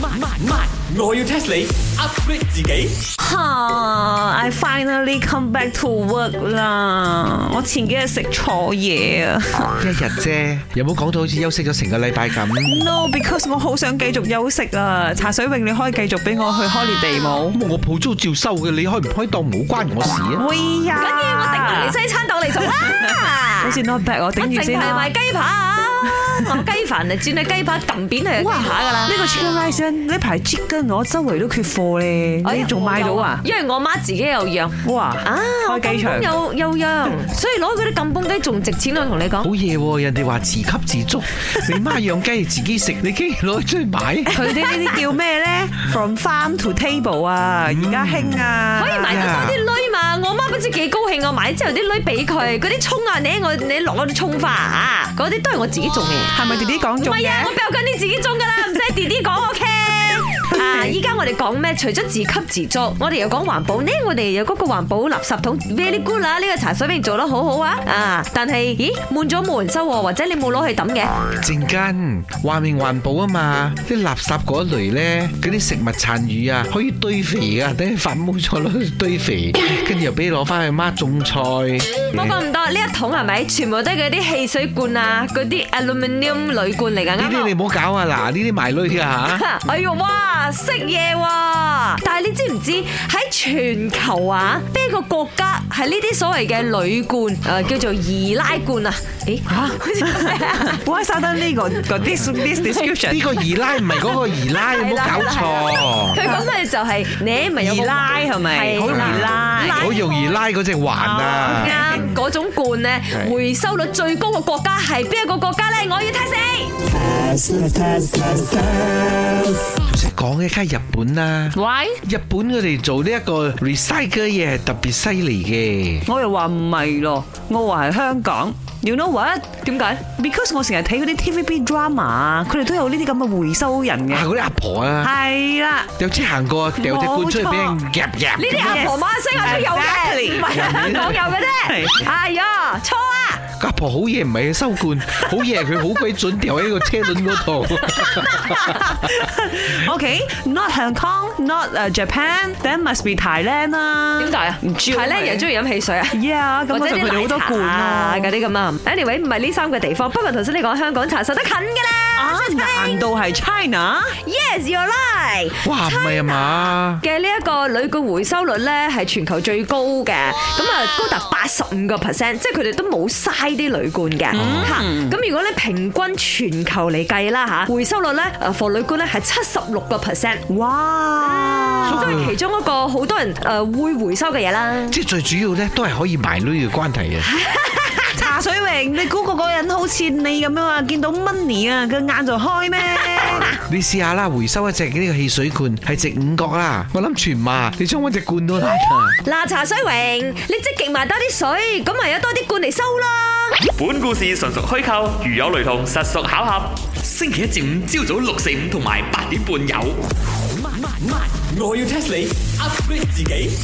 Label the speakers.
Speaker 1: 慢慢慢，我要 test 你 upgrade 自己。
Speaker 2: 吓，I finally come back to work 啦！我前幾日食錯嘢啊
Speaker 3: 一日啫，有冇講到好似休息咗成個禮拜咁？
Speaker 2: ，no，because 我好想繼續休息啊！茶水泳你可以繼續俾我去 holiday 冇？
Speaker 3: 咁我鋪租照收嘅，你開唔開檔冇關我事啊！
Speaker 2: 喂呀，
Speaker 4: 緊要我定埋你西餐檔嚟做啦
Speaker 2: 好。似 not bad 我
Speaker 4: 我
Speaker 2: 頂
Speaker 4: 淨
Speaker 2: 住
Speaker 4: 係
Speaker 2: 先啦
Speaker 4: 賣。雞扒啊，我雞飯就轉你雞扒撳扁佢嘅雞扒噶啦。
Speaker 2: 呢個 chicken rice 咧呢排 chicken 我周圍都缺貨咧，
Speaker 4: 哎
Speaker 2: 你
Speaker 4: 呀
Speaker 2: 仲買到啊
Speaker 4: 我有？因為我媽自己有養
Speaker 2: 哇，
Speaker 4: 啊，我
Speaker 2: 開雞場
Speaker 4: 金有有養，所以攞嗰啲撳崩雞仲值錢啊！我同你
Speaker 3: 好
Speaker 4: 講，
Speaker 3: 嘢喎，人哋話自給自足，你媽養雞自己食，你竟然攞出去買？
Speaker 2: 佢哋呢啲叫咩咧？From farm to table 啊，而家興啊，
Speaker 4: 可以買得多啲女嘛。我媽不知幾高興，我買之後啲女俾佢，嗰啲葱啊，你我你落嗰啲葱花啊，嗰啲都係我自己種嘅。
Speaker 2: 係咪弟弟講
Speaker 4: 唔
Speaker 2: 中
Speaker 4: 係
Speaker 2: 嘅
Speaker 4: 啊，我？教緊你自己 種噶啦，唔使弟弟講 OK。啊！依家我哋講咩？除咗自給自足，我哋又講環保呢。我哋有嗰個環保垃圾桶 very good 啦，呢個茶水榮做得好好啊！啊，但係咦，滿咗冇人收喎，或者你冇攞去抌嘅？
Speaker 3: 陣間話明環保啊嘛，啲垃圾嗰類咧，嗰啲食物殘餘啊，可以堆肥噶，等佢發毛咗攞去堆肥，跟住又俾攞翻去媽種菜。
Speaker 4: 我講唔多，呢一桶係咪全部都係嗰啲汽水罐啊，嗰啲 aluminium 鋁罐嚟㗎？
Speaker 3: 呢
Speaker 4: 啱
Speaker 3: 啲你
Speaker 4: 冇
Speaker 3: 唔好搞啊！嗱，呢啲賣女啊噶吓。
Speaker 4: 哎呦哇，識嘢喎！但係你知唔知喺全球啊，邊個國家係呢啲所謂嘅鋁罐誒、呃叫做易拉罐啊？誒嚇，好似咩啊
Speaker 2: Why sudden 呢個個 this this description？
Speaker 3: 呢個二奶唔係嗰個二奶，你唔好搞錯。
Speaker 4: 佢講嘅就係你咪有個
Speaker 2: 易拉係咪
Speaker 4: 係
Speaker 2: 好容
Speaker 4: 啦
Speaker 2: 易拉
Speaker 3: 好容易拉嗰隻環啊！
Speaker 4: 哦啱嗰種罐咧，
Speaker 3: 係
Speaker 4: 回收率最高嘅國家係邊一個國家咧？我要睇死。
Speaker 3: 唔使講嘅，梗係日本啦。
Speaker 4: 喂，
Speaker 3: 日本佢哋做呢一個 recycle 嘢係特別犀利嘅。
Speaker 2: 我又話唔係咯，我話係香港。You know what？
Speaker 4: 點解？
Speaker 2: Because 我成日睇嗰啲 TVB drama，佢哋都有呢啲咁嘅回收人
Speaker 3: 啊，
Speaker 2: 嘅。
Speaker 3: 嗰啲阿婆啊，
Speaker 2: 係啦，
Speaker 3: 有車行過，掉隻罐出去俾人夾
Speaker 4: 呢
Speaker 3: 夾。
Speaker 4: 啲阿婆馬來西亞都有嘅，
Speaker 2: Exactly
Speaker 4: 唔係香港有嘅啫。哎呀，錯啊！
Speaker 3: 阿婆好嘢唔係去收罐， 好嘢係佢好鬼準掉喺個車輪嗰度。
Speaker 2: OK，not Hong Kong，not 誒 Japan，then must be Thailand 啦。
Speaker 4: 點解啊？
Speaker 2: 唔知
Speaker 4: 係咧，人中意飲汽水啊。
Speaker 2: 意。Yeah，咁
Speaker 4: 或
Speaker 2: 我
Speaker 4: 者
Speaker 2: 就
Speaker 4: 啲
Speaker 2: 佢哋好多罐啊
Speaker 4: 啊嗰。啲咁啊。Anyway，唔係呢三個地方，不過頭先你講香港茶實得近㗎啦。
Speaker 2: 啊，難道係 China？
Speaker 4: Yes，you're right。
Speaker 3: 哇，唔係啊嘛？
Speaker 4: 嘅呢一個鋁罐回收率咧係全球最高嘅，咁啊高達八十五個 percent，即係佢哋都冇嘥啲鋁罐嘅
Speaker 2: 嗯
Speaker 4: 嚇。咁如果你平均全球嚟計啦嚇，回收率咧誒貨鋁罐咧係七十六個 percent，
Speaker 2: 哇！
Speaker 4: 都係其中一個好多人誒會回收嘅嘢啦。
Speaker 3: 即係最主要咧，都係可以埋女嘅啊關係嘅。
Speaker 2: 茶水榮，你估個個人好似你咁樣啊？見到 money 啊，個眼就開咩？
Speaker 3: 你試下啦，回收一隻呢個汽水罐係值五角啦，我諗全馬你將嗰隻罐都爛啊！
Speaker 4: 嗱，茶水榮，你積極埋多啲水，咁咪有多啲罐嚟收啦。
Speaker 1: 本故事純屬虛構，如有雷同，實屬巧合。星期一至五朝早六四五同埋八點半有。我要 test 你 upgrade 自己。